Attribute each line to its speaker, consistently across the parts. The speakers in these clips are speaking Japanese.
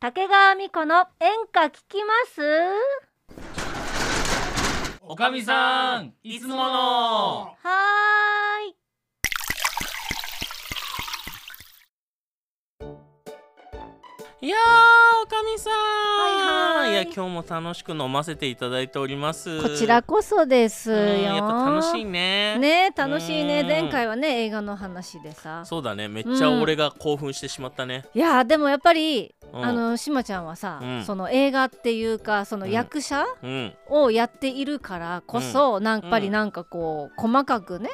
Speaker 1: 竹川美子の演歌聞きます
Speaker 2: おかみさんいつもの
Speaker 1: はーい
Speaker 3: いやーおかみさん、
Speaker 1: はいはい
Speaker 3: や今日も楽しく飲ませていただいております
Speaker 1: こちらこそです
Speaker 3: う
Speaker 1: よ
Speaker 3: んやっぱ楽しいね
Speaker 1: ね楽しいね
Speaker 3: うん
Speaker 1: 前回はね映画の話でさ
Speaker 3: そうだねめっちゃ
Speaker 1: うん
Speaker 3: 俺が興奮してしまったね、
Speaker 1: いやーでもやっぱり
Speaker 3: うん、
Speaker 1: あのしまちゃんはさ
Speaker 3: うん
Speaker 1: その映画っていうかその
Speaker 3: うん
Speaker 1: 役者
Speaker 3: うん
Speaker 1: をやっているからこそなんかやっぱり
Speaker 3: うん
Speaker 1: なんかこう細かくね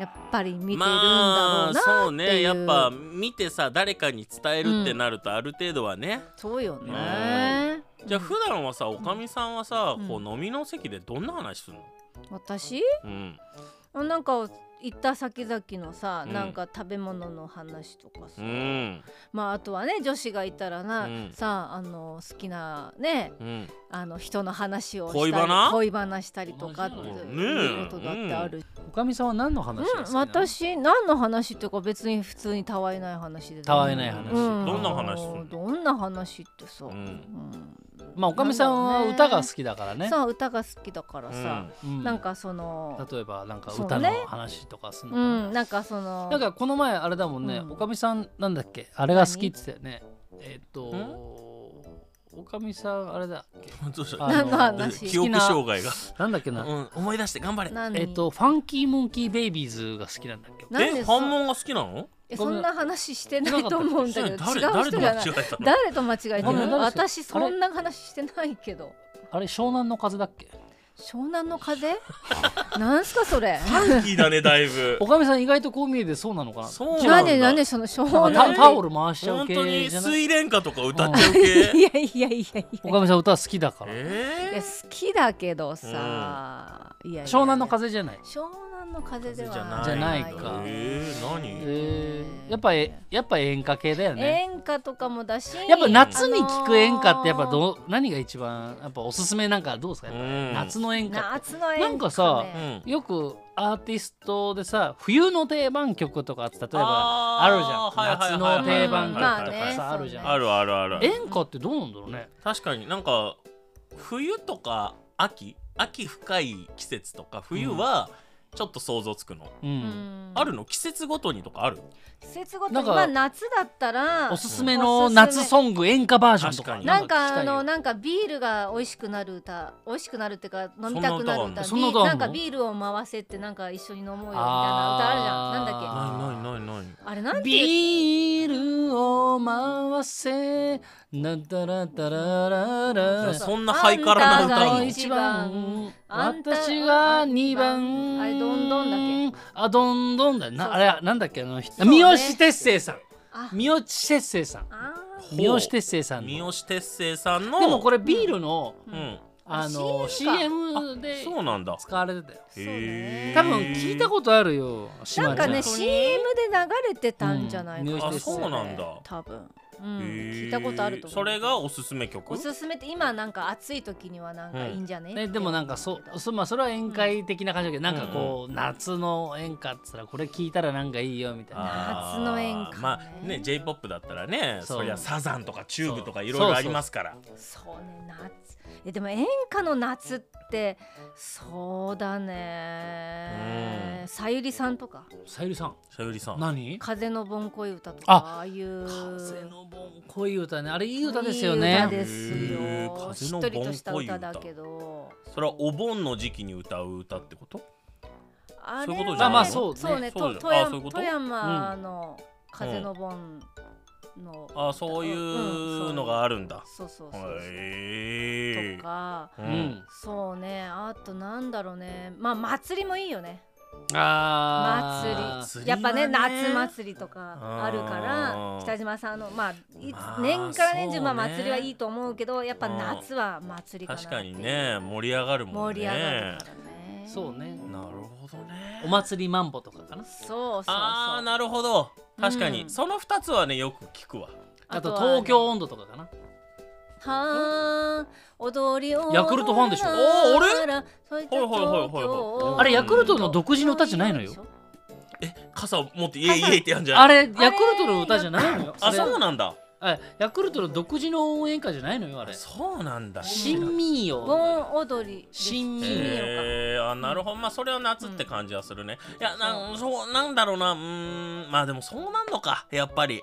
Speaker 1: やっぱり見てるんだろ
Speaker 3: ま
Speaker 1: う
Speaker 3: あ
Speaker 1: な
Speaker 3: そう
Speaker 1: ってい
Speaker 3: ね
Speaker 1: う
Speaker 3: やっぱ見てさ誰かに伝えるってなるとある程度はね、
Speaker 1: そうよね
Speaker 3: じゃあ普段はさおかみさんはさ、
Speaker 1: うん
Speaker 3: こう飲みの席でどんな話するの
Speaker 1: 私
Speaker 3: うん
Speaker 1: なんか行った先々のさ、
Speaker 3: うん
Speaker 1: なんか食べ物の話とかさ、
Speaker 3: うん
Speaker 1: まああとはね女子がいたらな、
Speaker 3: うん
Speaker 1: さあの好きなね
Speaker 3: うん
Speaker 1: あの人の話をしたり
Speaker 3: 恋バナ
Speaker 1: 恋バナしたりとかって
Speaker 2: 同じだよ
Speaker 3: ね
Speaker 1: いうことだってある、
Speaker 2: おかみさんは何の話が好きな
Speaker 1: うん、
Speaker 2: の
Speaker 1: 私何の話っていうか別に普通にたわいない話で
Speaker 2: たわいない話
Speaker 1: うん
Speaker 3: どんな話するの
Speaker 1: どんな話ってさ、
Speaker 3: う
Speaker 1: うんん
Speaker 2: まあおかみさんは歌が好きだからね
Speaker 1: さあ歌が好きだからさ、
Speaker 2: うん
Speaker 1: なんかその
Speaker 2: 例えばなんか
Speaker 1: そう
Speaker 2: 歌
Speaker 1: ね
Speaker 2: の話とかするの
Speaker 1: う
Speaker 2: かな、
Speaker 1: んなんかその
Speaker 2: なんかこの前あれだもんね、
Speaker 1: うん
Speaker 2: おかみさんなんだっけあれが好きって言ってたよねえーっ、と
Speaker 3: ん
Speaker 2: おかみさんあれだっ け
Speaker 3: どうした
Speaker 2: あ
Speaker 1: 何の話
Speaker 3: 記憶障害が、
Speaker 2: なんだっけな、
Speaker 3: うん、思い出して頑張れ
Speaker 1: 何
Speaker 2: えーっ、とファンキーモンキーベイビーズが好きなんだっけ
Speaker 1: なん
Speaker 3: え
Speaker 1: で
Speaker 3: 反
Speaker 1: そ
Speaker 3: 問が好きなの
Speaker 1: えそんな話してないと思うんだけど違う
Speaker 3: 誰誰
Speaker 1: 人
Speaker 3: と
Speaker 1: じゃ
Speaker 3: 間
Speaker 1: な
Speaker 3: 違
Speaker 1: い
Speaker 3: えたの
Speaker 1: 誰と間違えて
Speaker 2: あれ
Speaker 1: る
Speaker 2: 誰
Speaker 1: 私そんな話してないけど
Speaker 2: あれ湘南の風だっけ
Speaker 1: 湘南の風なんすかそれ
Speaker 3: ファンキーだねだいぶ
Speaker 2: おかみさん意外とこう見えてそうなのかな
Speaker 3: そう
Speaker 1: なん
Speaker 3: なん
Speaker 1: でなん
Speaker 3: だ
Speaker 1: でその湘
Speaker 2: なんかタ
Speaker 1: 南
Speaker 2: タオル回しちゃう
Speaker 3: 本当
Speaker 2: 系
Speaker 3: に
Speaker 2: じゃない
Speaker 3: 水蓮花とか歌っちゃう 系
Speaker 1: いやいやいやい
Speaker 2: お
Speaker 1: や
Speaker 2: かみさん歌好きだから、
Speaker 1: い
Speaker 3: え
Speaker 1: や好きだけどさ、いやいや
Speaker 2: 湘南の風じゃない
Speaker 1: 湘南の風では
Speaker 3: ー
Speaker 2: じゃないか
Speaker 3: えー、何
Speaker 2: えーやっぱえやっぱ演歌系だよね
Speaker 1: 演歌とかもだし
Speaker 2: やっぱ夏に聴く演歌ってやっぱど何が一番やっぱおすすめなんかどうですか、やっぱ
Speaker 3: うん
Speaker 2: 夏の演歌って
Speaker 1: 夏の演歌、ね、
Speaker 2: なんかさ
Speaker 3: うん
Speaker 2: よくアーティストでさ冬の定番曲とかって例えばあるじ
Speaker 3: あーはい
Speaker 2: ゃん夏
Speaker 3: はい
Speaker 2: の定番曲と
Speaker 1: うんまあ
Speaker 2: か
Speaker 1: ね
Speaker 2: さあるじゃん、
Speaker 1: そうね
Speaker 3: あるあるある
Speaker 2: 演歌ってどうなんだろうね
Speaker 3: 確かになんか冬とか秋秋深い季節とか冬はちょっと想像つくの、
Speaker 2: うん、
Speaker 1: うん
Speaker 3: あるの季節ごとにとかある
Speaker 1: 季節ごと
Speaker 2: な
Speaker 1: に
Speaker 2: んか
Speaker 1: まあ夏だったら
Speaker 2: おすすめ
Speaker 1: お
Speaker 2: の
Speaker 1: すすめ
Speaker 2: 夏ソング演歌バージョンとか
Speaker 3: 確かに
Speaker 1: なんかあ
Speaker 2: 聞きたいよ
Speaker 1: のなんかビールが美味しくなる歌美味しくなるっていうか飲みたくなる歌
Speaker 3: そ
Speaker 2: んな歌
Speaker 1: ビー
Speaker 2: あんの
Speaker 1: なんかビールを回せってなんか一緒に飲もうよみたいな歌あるじゃんなんだっ
Speaker 2: あ
Speaker 3: ないないないない
Speaker 1: けあれなんていう
Speaker 2: ビールを回せなんたらたらら
Speaker 3: い
Speaker 2: ら
Speaker 3: やそんなハイカラな歌
Speaker 1: あんた
Speaker 3: う
Speaker 1: が
Speaker 3: の
Speaker 1: 一番
Speaker 2: 私が
Speaker 1: あん
Speaker 2: 二
Speaker 1: た
Speaker 2: 番
Speaker 1: あれどんどん
Speaker 2: だけあどんどんだな
Speaker 1: そう
Speaker 2: あれなんだっけあの人
Speaker 1: うね
Speaker 2: 三好哲成さん
Speaker 1: あ
Speaker 2: 三好哲成さん
Speaker 1: あ
Speaker 3: ほう
Speaker 2: 三好哲成さん
Speaker 3: 三
Speaker 2: の
Speaker 3: 好哲成さんの
Speaker 2: でもこれビールの
Speaker 1: ー
Speaker 3: うん
Speaker 2: あの
Speaker 1: CM
Speaker 2: CM で
Speaker 3: そうなんだ
Speaker 2: 使われてたよ
Speaker 1: そうね
Speaker 3: へー
Speaker 2: 多分聞いたことあるよ島
Speaker 1: なん
Speaker 2: ちゃ
Speaker 1: か
Speaker 2: ん
Speaker 1: ね CM で流れてたんじゃないか
Speaker 2: うん
Speaker 1: な、
Speaker 2: あそう
Speaker 3: なんだ
Speaker 1: 多分、う
Speaker 3: へ
Speaker 1: ん、
Speaker 3: ー
Speaker 1: 聞いたことあると思う
Speaker 3: それがおすすめ曲
Speaker 1: おすすめって今なんか暑い時にはなんかいいんじゃね、
Speaker 2: ね、でもなんかそ
Speaker 1: って思うけど
Speaker 2: うそ,、まあ、それは宴会的な感じだけど、なんかこう、夏の演歌っつったらこれ聞いたらなんかいいよみたいな
Speaker 3: あー
Speaker 1: 夏の演歌ね
Speaker 3: まあね j p o p だったらね
Speaker 2: そ
Speaker 3: そうりゃサザンとかチューブとかいろいろありますから
Speaker 1: そうね夏えでも演歌の夏ってそうだね、
Speaker 3: うん
Speaker 1: さゆりさんとか
Speaker 2: さゆりさん
Speaker 3: さゆりさん
Speaker 2: 何
Speaker 1: 風の盆恋歌とか
Speaker 2: あ
Speaker 1: ああいう
Speaker 2: 風の盆恋歌ねあれいい歌ですよ
Speaker 1: いい歌
Speaker 2: ね
Speaker 1: です
Speaker 3: へ
Speaker 1: よ
Speaker 3: ー風の盆
Speaker 1: しっと
Speaker 3: 恋歌
Speaker 1: りとした歌だけど
Speaker 3: それはお盆の時期に歌う歌ってこと
Speaker 1: あ
Speaker 3: そう
Speaker 1: れ
Speaker 3: いうこ
Speaker 1: は
Speaker 3: とじゃない
Speaker 2: まあまあそうね
Speaker 1: そうね
Speaker 3: そ
Speaker 1: と
Speaker 3: うじゃ
Speaker 1: 富
Speaker 3: あそ
Speaker 1: 山
Speaker 3: ういうこと
Speaker 1: 富山の風の盆の、
Speaker 3: あそういうのがあるんだ
Speaker 1: そうそうそうそう
Speaker 3: へえ
Speaker 1: とか
Speaker 3: う
Speaker 2: うんん
Speaker 1: そうねあとなんだろうねまあ祭りもいいよね
Speaker 2: あ
Speaker 1: 祭りやっぱね夏祭りとかあるか
Speaker 3: うん
Speaker 1: ら北島さんのまあい
Speaker 3: まあ
Speaker 1: 年から年中まあ
Speaker 3: そうね
Speaker 1: 祭りはいいと思うけどやっぱ
Speaker 3: うん
Speaker 1: 夏は祭りかな
Speaker 3: 確かに
Speaker 1: っていう
Speaker 3: ね盛り上がるもんね
Speaker 1: 盛り上がるからね
Speaker 2: りそうね
Speaker 3: なるほどね
Speaker 2: お祭りマンボとかかな
Speaker 1: そうそうそう
Speaker 3: あーなるほど確かに、
Speaker 1: うん
Speaker 3: その2つはねよく聞くわ
Speaker 2: あと
Speaker 1: は
Speaker 2: 東京温度とかかな
Speaker 1: はあ踊りを
Speaker 2: ヤクルトファンでしょ
Speaker 3: おー
Speaker 1: れほい
Speaker 3: ほいほいほいほいほい
Speaker 2: あれヤクルトの独自の歌じゃないのよ
Speaker 3: え傘を持って「イエイイエイ」ってやんじゃ
Speaker 2: あ
Speaker 3: ない
Speaker 2: れヤクルトの歌じゃないのよ
Speaker 3: あそう
Speaker 2: の
Speaker 3: なんだ
Speaker 2: あヤクルトの独自の応援歌じゃないのよあれ
Speaker 3: そうなんだ
Speaker 2: 新民謡
Speaker 1: 盆踊りです
Speaker 2: 新民謡
Speaker 3: えー、あなるほどまあそれは夏って感じはするね、いやなんそうなんだろうなうーんまあでもそうなんのかやっぱり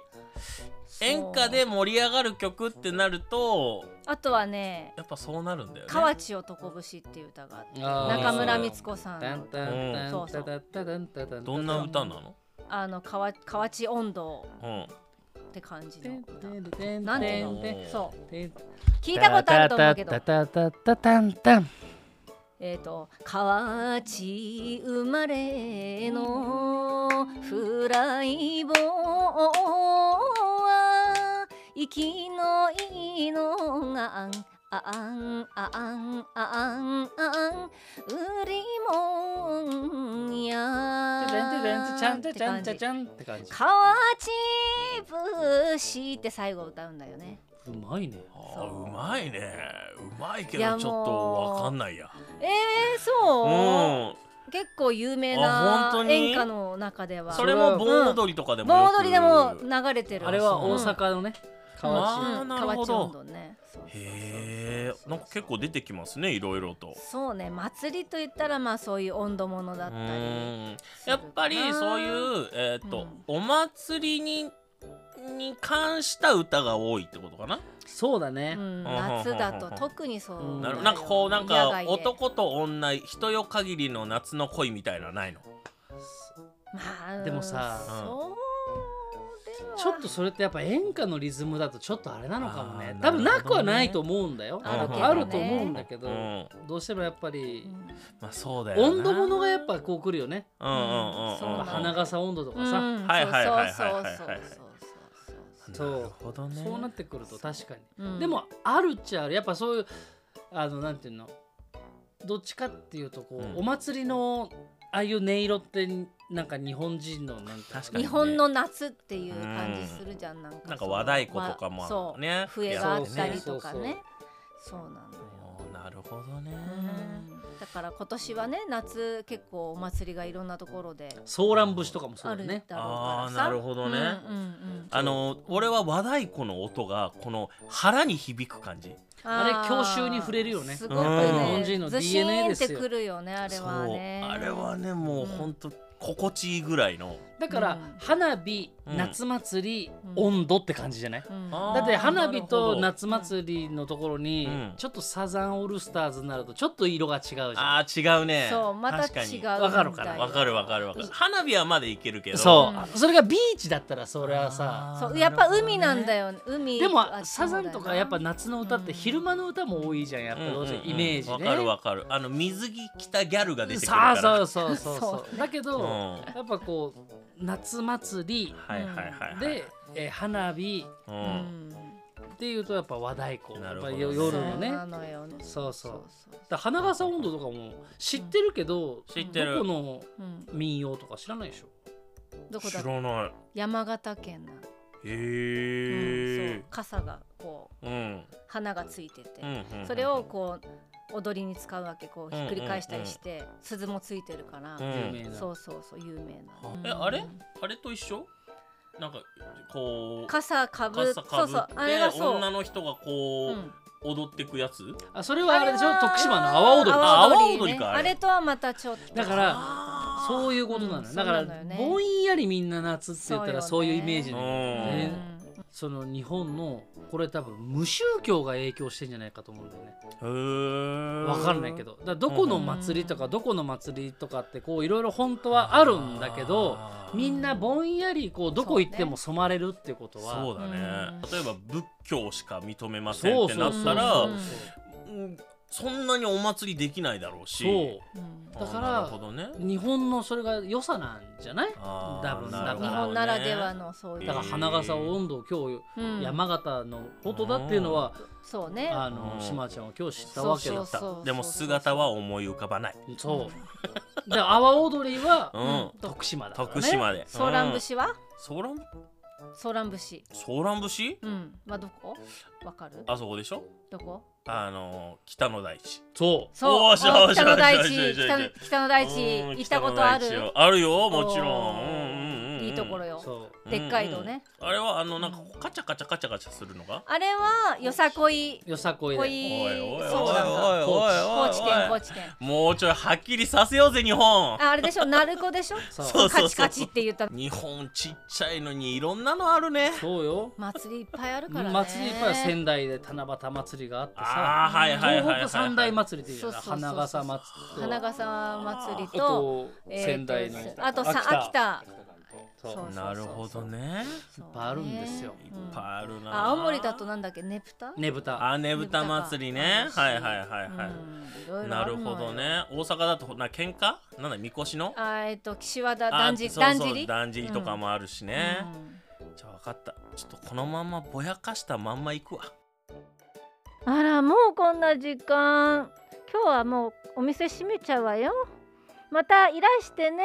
Speaker 3: 演歌で
Speaker 1: そう
Speaker 3: 盛り上がる曲ってなると
Speaker 1: あとはね
Speaker 3: やっぱそうなるんだよ
Speaker 1: 「
Speaker 3: ね
Speaker 1: 河内男節」っていう歌があって
Speaker 2: あー
Speaker 1: 中村光子さん
Speaker 2: タン
Speaker 1: の
Speaker 2: タンタン
Speaker 1: そうそう
Speaker 2: タタタタンタタンタタン
Speaker 3: どんな歌なの
Speaker 1: あの河河内音頭
Speaker 3: うん
Speaker 1: って感じ
Speaker 2: て
Speaker 1: の
Speaker 2: ん
Speaker 1: 歌
Speaker 2: てんてん
Speaker 1: なんていう
Speaker 3: の
Speaker 2: てんてん
Speaker 1: そう
Speaker 2: てん
Speaker 1: 聞いたことあると思うけど
Speaker 2: タタタタタタンタン
Speaker 1: えっ、と「河内生まれのフライボーは息のいいのがあんあんあんあんあん売りもんや
Speaker 2: てんてんちゃんちゃちゃんちゃち
Speaker 1: ゃ
Speaker 2: ゃんって感じ
Speaker 1: 河内節って最後歌うんだよね
Speaker 2: うまいね
Speaker 3: あ
Speaker 1: そう
Speaker 3: ーうまいねうまいけ
Speaker 1: いやも
Speaker 3: ど
Speaker 1: う
Speaker 3: ちょっとわかんないや
Speaker 1: えー、そう、
Speaker 3: うん
Speaker 1: 結構有名
Speaker 3: あ
Speaker 1: な
Speaker 3: 本当に
Speaker 1: 演歌の中では
Speaker 3: それも盆踊りとかでもよく
Speaker 1: 盆踊りでも流れてる
Speaker 2: あれは
Speaker 3: そう
Speaker 2: 大阪のね
Speaker 3: あ
Speaker 2: 川内
Speaker 3: ー
Speaker 1: うん
Speaker 3: なるほど
Speaker 1: 河内温度ねそうそうそう
Speaker 3: へえなんか結構出てきますねいろいろと
Speaker 1: そうね祭りといったらまあそういう温度ものだ
Speaker 3: う
Speaker 1: ったり
Speaker 3: んやっぱりそう
Speaker 1: う
Speaker 3: いうえーっと、
Speaker 1: うん
Speaker 3: お祭りにに関した歌が多いってことかな、
Speaker 2: そうだね
Speaker 1: ん
Speaker 3: うんうんうんうん
Speaker 1: 夏だと特にそう
Speaker 2: うん
Speaker 1: だ
Speaker 3: な
Speaker 1: よ
Speaker 3: るなんかこうなん
Speaker 1: 野
Speaker 3: か
Speaker 1: 外で
Speaker 3: 男と女人よ限りの夏の恋みたいなのないの
Speaker 1: まあ
Speaker 2: でもさ
Speaker 1: そうでは
Speaker 2: ちょっとそれってやっぱ演歌のリズムだとちょっとあれなのかも
Speaker 3: あ
Speaker 2: ね
Speaker 3: ー
Speaker 2: 多分
Speaker 3: なる
Speaker 2: な
Speaker 3: ほどね
Speaker 2: くはないと思うんだよ
Speaker 1: あ
Speaker 3: るけどね
Speaker 2: あると思うんだけ
Speaker 3: う
Speaker 2: ど
Speaker 3: ん
Speaker 2: どうしてもやっぱり
Speaker 3: まあそうだよな
Speaker 2: 温度ものがやっぱこうくるよね
Speaker 3: うんうんうんうん
Speaker 1: そうなの
Speaker 2: 花笠温度とか
Speaker 1: うん
Speaker 2: さ
Speaker 1: うん
Speaker 3: はいはいはい
Speaker 1: そう
Speaker 3: はいはい
Speaker 1: そうそうそうそう
Speaker 2: そう
Speaker 3: なるほどね
Speaker 2: そうなってくると確かに
Speaker 1: そううん
Speaker 2: でもあるっちゃあるやっぱそういうあのなんていうのどっちかっていうとこう、
Speaker 3: うん
Speaker 2: お祭りのああいう音色ってなんか日本人のなんか
Speaker 3: 確かに
Speaker 1: 日本の夏っていう感じするじゃんなんか
Speaker 3: なんか和太鼓とか
Speaker 1: わ
Speaker 3: も
Speaker 1: そ
Speaker 3: ね
Speaker 1: う笛があったりとか
Speaker 2: そうそうそう
Speaker 1: ねそうなんだよ
Speaker 3: おーなるほどね
Speaker 1: だから今年はね夏結構お祭りがいろんなところで
Speaker 2: ソーラン節とかもそ
Speaker 1: あ
Speaker 2: うだ
Speaker 1: るんだろう
Speaker 2: よね
Speaker 1: から
Speaker 3: あー
Speaker 1: さ
Speaker 3: なるほど
Speaker 1: うん
Speaker 3: ね
Speaker 1: うんうん
Speaker 3: あの俺は和太鼓の音がこの腹に響く感じ
Speaker 1: あ
Speaker 2: れ郷愁に触れるよね
Speaker 1: すごく
Speaker 3: うん
Speaker 1: ね
Speaker 3: 日
Speaker 2: 本人の
Speaker 1: ずし
Speaker 2: DNA
Speaker 1: ーん
Speaker 2: で
Speaker 1: っ
Speaker 2: すよ
Speaker 1: てくるよねあれはね
Speaker 3: そうあれはねもうほんと心地いいぐらいの
Speaker 2: だから、
Speaker 1: うん
Speaker 2: 花火
Speaker 3: うん
Speaker 2: 夏祭り、
Speaker 1: うん
Speaker 2: 温度って感じじゃない、
Speaker 1: うん
Speaker 3: あー
Speaker 2: だって
Speaker 3: な
Speaker 2: 花
Speaker 3: る
Speaker 2: 火
Speaker 3: ほ
Speaker 2: と
Speaker 3: ど
Speaker 2: 夏祭りのところに、
Speaker 3: うん
Speaker 2: ちょっとサザンオールスターズになるとちょっと色が違うじゃん
Speaker 3: あー違うね
Speaker 1: そうまた
Speaker 3: 確か
Speaker 1: 違
Speaker 3: に
Speaker 1: うんだよ
Speaker 2: わかるから
Speaker 3: わかるわかるわかる花火はまでいけるけど
Speaker 2: そう、
Speaker 1: うん
Speaker 2: それがビーチだったらそれはさ
Speaker 3: あー
Speaker 1: そうやっぱ海なんだ
Speaker 3: る
Speaker 1: よね海
Speaker 2: で
Speaker 1: あ
Speaker 2: も
Speaker 1: っち
Speaker 2: サ
Speaker 1: の方だよ
Speaker 2: ザン
Speaker 1: な
Speaker 2: とかやっぱ夏の歌って昼間の歌も多いじゃんやっ
Speaker 3: ほど
Speaker 2: ぱ
Speaker 3: ね
Speaker 2: どうせ
Speaker 3: うんうんうん
Speaker 2: イメージね。
Speaker 3: わかるわかるあの水着着たギャルが出てくるか
Speaker 2: さ
Speaker 3: ら
Speaker 2: あそうそうそう
Speaker 1: そう
Speaker 2: そう。だけど、
Speaker 3: うん
Speaker 2: や
Speaker 3: は
Speaker 2: っぱこう夏祭り
Speaker 3: いはいはいはい
Speaker 2: で、えー花火
Speaker 3: う
Speaker 1: うんん
Speaker 2: っていうとやっぱ和太鼓、
Speaker 3: な
Speaker 2: やっ
Speaker 3: る
Speaker 2: ぱ
Speaker 3: ほどね
Speaker 2: 夜
Speaker 1: そう
Speaker 2: 夜のね。
Speaker 1: なのよね
Speaker 2: そうそ
Speaker 1: そう
Speaker 2: う
Speaker 1: そう
Speaker 2: だ花笠温度とかも知ってるけど、
Speaker 3: 知って
Speaker 2: ど
Speaker 3: る
Speaker 2: この
Speaker 1: うん
Speaker 2: 民謡とか知らないでしょ。
Speaker 1: どこ
Speaker 3: 知
Speaker 1: だっけ
Speaker 3: らない
Speaker 1: 山形県なのう
Speaker 3: へえ
Speaker 1: んそう傘がこう
Speaker 3: うんうん
Speaker 1: 花がついてて、
Speaker 3: うんうん
Speaker 1: それをこう踊りに使うわけこうひっくり返したりして、鈴もついてるから、
Speaker 3: うん
Speaker 2: 有名な。
Speaker 1: そうそうそう有名な
Speaker 3: あえあれあれと一緒なんかこう
Speaker 1: 傘かぶ
Speaker 3: 傘かぶ
Speaker 1: そうそう
Speaker 3: って
Speaker 1: あれがそう
Speaker 3: 女の人がこ
Speaker 1: うん
Speaker 3: う、踊ってくやつ
Speaker 2: あそれはあれでしょ
Speaker 1: は
Speaker 2: 徳島の阿波踊り。
Speaker 3: あ
Speaker 1: 阿波
Speaker 3: 阿波
Speaker 1: 踊
Speaker 3: 踊
Speaker 1: り
Speaker 3: り
Speaker 1: ね
Speaker 3: か
Speaker 1: あ
Speaker 3: あれ
Speaker 1: れとはまたちょっと
Speaker 2: だからそう
Speaker 3: い
Speaker 2: いうこと
Speaker 1: う
Speaker 2: なの、
Speaker 1: ん
Speaker 2: だから
Speaker 1: そうなのよね
Speaker 2: ぼんやりみんな夏って言ったら
Speaker 1: そ
Speaker 2: そう
Speaker 1: うよ
Speaker 2: い
Speaker 1: ね
Speaker 2: うイメージ
Speaker 3: う
Speaker 2: ね
Speaker 1: うん
Speaker 2: ね
Speaker 3: ん
Speaker 2: その日本のこれ多分無宗教が影響してんじゃないかと思うんだよね
Speaker 3: わ
Speaker 2: 分かんないけどだからどこの祭りとかどこの祭りとかってこういろいろ本当はあるんだけどみんなぼんやりこうどこ行っても染まれるってことは
Speaker 3: そうだ
Speaker 1: う
Speaker 3: ね
Speaker 1: ん
Speaker 3: 例えば仏教しか認めません
Speaker 2: そ
Speaker 3: っ
Speaker 2: う
Speaker 3: て
Speaker 2: そ
Speaker 3: な
Speaker 2: う
Speaker 3: っ
Speaker 2: そ
Speaker 3: た
Speaker 2: う
Speaker 3: ら
Speaker 1: ん
Speaker 3: うんそんなにお祭りできないだろうし
Speaker 2: そう
Speaker 1: うん
Speaker 3: あー
Speaker 2: だから
Speaker 3: なるほどね
Speaker 2: 日本のそれが良さなんじゃない
Speaker 3: あー
Speaker 2: 多分だから
Speaker 3: る
Speaker 1: 日
Speaker 3: ほどね
Speaker 1: 本ならではのそういう
Speaker 2: だから花笠温度を今
Speaker 1: うん
Speaker 2: 日山形のことだっていうのは
Speaker 1: そうね
Speaker 2: あの
Speaker 3: うん
Speaker 2: 島ちゃんは今日知ったわけだ
Speaker 1: そうそうそう
Speaker 3: でも姿は思い浮かばない
Speaker 2: そう。で、阿波踊りは、
Speaker 3: うん
Speaker 2: 徳島だから、ね。
Speaker 3: 徳島で
Speaker 1: ソーラン
Speaker 3: うん
Speaker 1: 節は
Speaker 3: ソーラン
Speaker 1: ソーラン節
Speaker 3: ソーラン節
Speaker 1: うんまあどこわかる
Speaker 3: あそこでしょ
Speaker 1: どこ
Speaker 3: あの北の大地
Speaker 2: そ
Speaker 1: そ
Speaker 3: お
Speaker 1: う
Speaker 3: ーしよう
Speaker 1: 北
Speaker 3: しよう
Speaker 1: の大
Speaker 3: しよう
Speaker 1: 地
Speaker 3: しようしよう
Speaker 1: 北の北の大地
Speaker 3: うん
Speaker 1: 行ったことある
Speaker 3: 北の大地よあるよもちろ
Speaker 1: お
Speaker 3: ん
Speaker 1: ー
Speaker 3: うんうんうんうん
Speaker 1: 立いところよ、
Speaker 2: そ
Speaker 1: でっかいのね、
Speaker 3: うんうんあれはあのなんかこうカチャカチャカチャカチャするのが
Speaker 1: あれはよさこいう
Speaker 2: よさこい
Speaker 1: こ
Speaker 2: で
Speaker 3: おい
Speaker 1: い
Speaker 3: おいおいおいおい
Speaker 1: そうなんだ
Speaker 3: おい
Speaker 1: 高知県
Speaker 3: お
Speaker 1: 高
Speaker 3: い
Speaker 1: 知県
Speaker 3: もうちょいはっきりさせようぜ日本
Speaker 1: ああれでし ょ鳴子でしょ
Speaker 2: そう
Speaker 3: そうそ
Speaker 1: カ
Speaker 3: うそう
Speaker 1: チカチって言った
Speaker 3: 日本ちっちゃいのにいろんなのあるね
Speaker 2: そうよ
Speaker 1: 祭りいっぱいあるからね
Speaker 2: 祭りいっぱい仙台で七夕祭りがあってさ
Speaker 3: ああはいはいはいはい
Speaker 2: 東北三大祭りっていうじゃない
Speaker 1: そうそうそう
Speaker 2: 花
Speaker 1: そう
Speaker 2: 笠祭りと
Speaker 1: 花笠祭り
Speaker 2: あ
Speaker 1: と
Speaker 2: と
Speaker 1: えーと
Speaker 2: 仙台の
Speaker 1: あとさ秋田
Speaker 2: そう
Speaker 1: そう
Speaker 3: なるほどね
Speaker 1: いっ
Speaker 2: ぱいあるんですよ
Speaker 3: いっぱいあるな
Speaker 1: あ青森だとなんだっけねぷた
Speaker 2: ねぶた
Speaker 3: あねぶた祭りね
Speaker 1: ねぶたか
Speaker 3: はいはいはいはい、
Speaker 1: い
Speaker 3: なるほどね大阪だとな喧嘩なんだみこしの
Speaker 1: あえっと岸和田
Speaker 3: あ
Speaker 1: だんじ
Speaker 3: そう
Speaker 1: だん
Speaker 3: そう
Speaker 1: じり
Speaker 3: だんじりとかもあるしね、
Speaker 1: うん
Speaker 3: じゃあ分かったちょっとこのままぼやかしたまんま行くわ
Speaker 1: あらもうこんな時間今日はもうお店閉めちゃうわよまたいらしてね